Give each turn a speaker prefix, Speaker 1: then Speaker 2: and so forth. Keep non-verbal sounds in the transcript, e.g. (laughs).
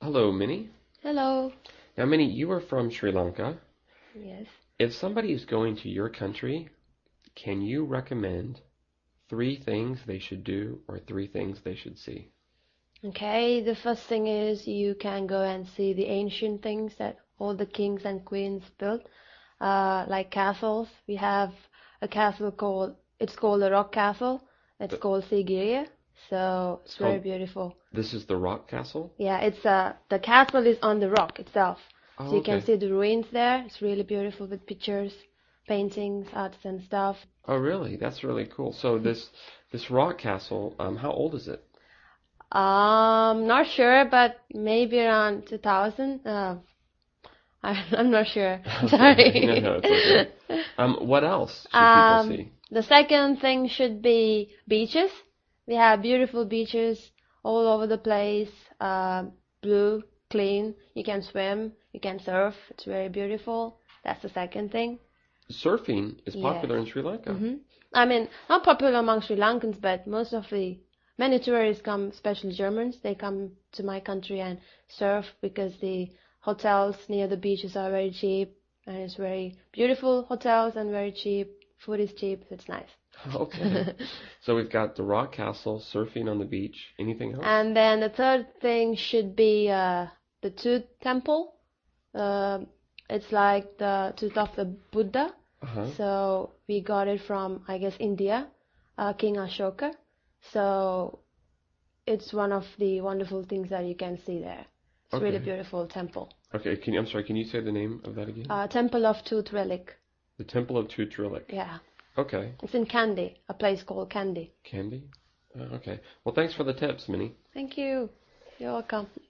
Speaker 1: Hello, Minnie.
Speaker 2: Hello.
Speaker 1: Now, Minnie, you are from Sri Lanka.
Speaker 2: Yes.
Speaker 1: If somebody is going to your country, can you recommend three things they should do or three things they should see?
Speaker 2: Okay, the first thing is you can go and see the ancient things that all the kings and queens built, uh, like castles. We have a castle called, it's called the Rock Castle. It's
Speaker 1: Uh,
Speaker 2: called Sigiriya. So it's
Speaker 1: It's
Speaker 2: very
Speaker 1: called-
Speaker 2: beautiful.
Speaker 1: This is the rock castle.
Speaker 2: Yeah, it's uh, the castle is on the rock itself.
Speaker 1: Oh,
Speaker 2: So you can
Speaker 1: okay.
Speaker 2: see the ruins there. It's really beautiful with pictures, paintings, arts and stuff.
Speaker 1: Oh, really? That's really cool.
Speaker 2: Mm-hmm.
Speaker 1: So this this rock castle, um, how old
Speaker 2: (laughs)
Speaker 1: is it?
Speaker 2: Um, not sure, but maybe around 2000. Uh, I- (laughs) I'm not
Speaker 1: (laughs)
Speaker 2: sure. Sorry.
Speaker 1: No, no, it's okay. Um, what else should people
Speaker 2: Um,
Speaker 1: see?
Speaker 2: (laughs) the second thing should be beaches. We have beautiful beaches all over the place. Um, blue, clean. You can swim. You can surf. It's very beautiful. That's the second thing.
Speaker 1: Surfing is
Speaker 2: Yes.
Speaker 1: popular in Sri Lanka.
Speaker 2: hmm I mean, not popular among Sri Lankans, but most of the many tourists come, especially Germans, they come to my country and surf because the hotels near the beaches are very cheap and it's very beautiful hotels and very cheap. Food is cheap. It's nice.
Speaker 1: (laughs)
Speaker 2: (laughs)
Speaker 1: Okay. So we've got the rock castle, surfing on the beach. Anything else?
Speaker 2: and then the third thing should be uh, the tooth temple. Um it's like the tooth of the Buddha.
Speaker 1: Uh-huh.
Speaker 2: So we got it from, I guess, India, uh, King Ashoka. So it's one of the wonderful things that you can see there. It's really
Speaker 1: Okay.
Speaker 2: beautiful temple.
Speaker 1: Okay. Can you, I'm sorry. Can you say the name of that again?
Speaker 2: Uh, temple of Tooth Relic.
Speaker 1: The Temple of Tooth Relic.
Speaker 2: Yeah.
Speaker 1: Okay.
Speaker 2: It's in Kandy, a place called Kandy.
Speaker 1: Candy. Uh, okay. Well, thanks for the tips, Minnie.
Speaker 2: Thank you. You're welcome.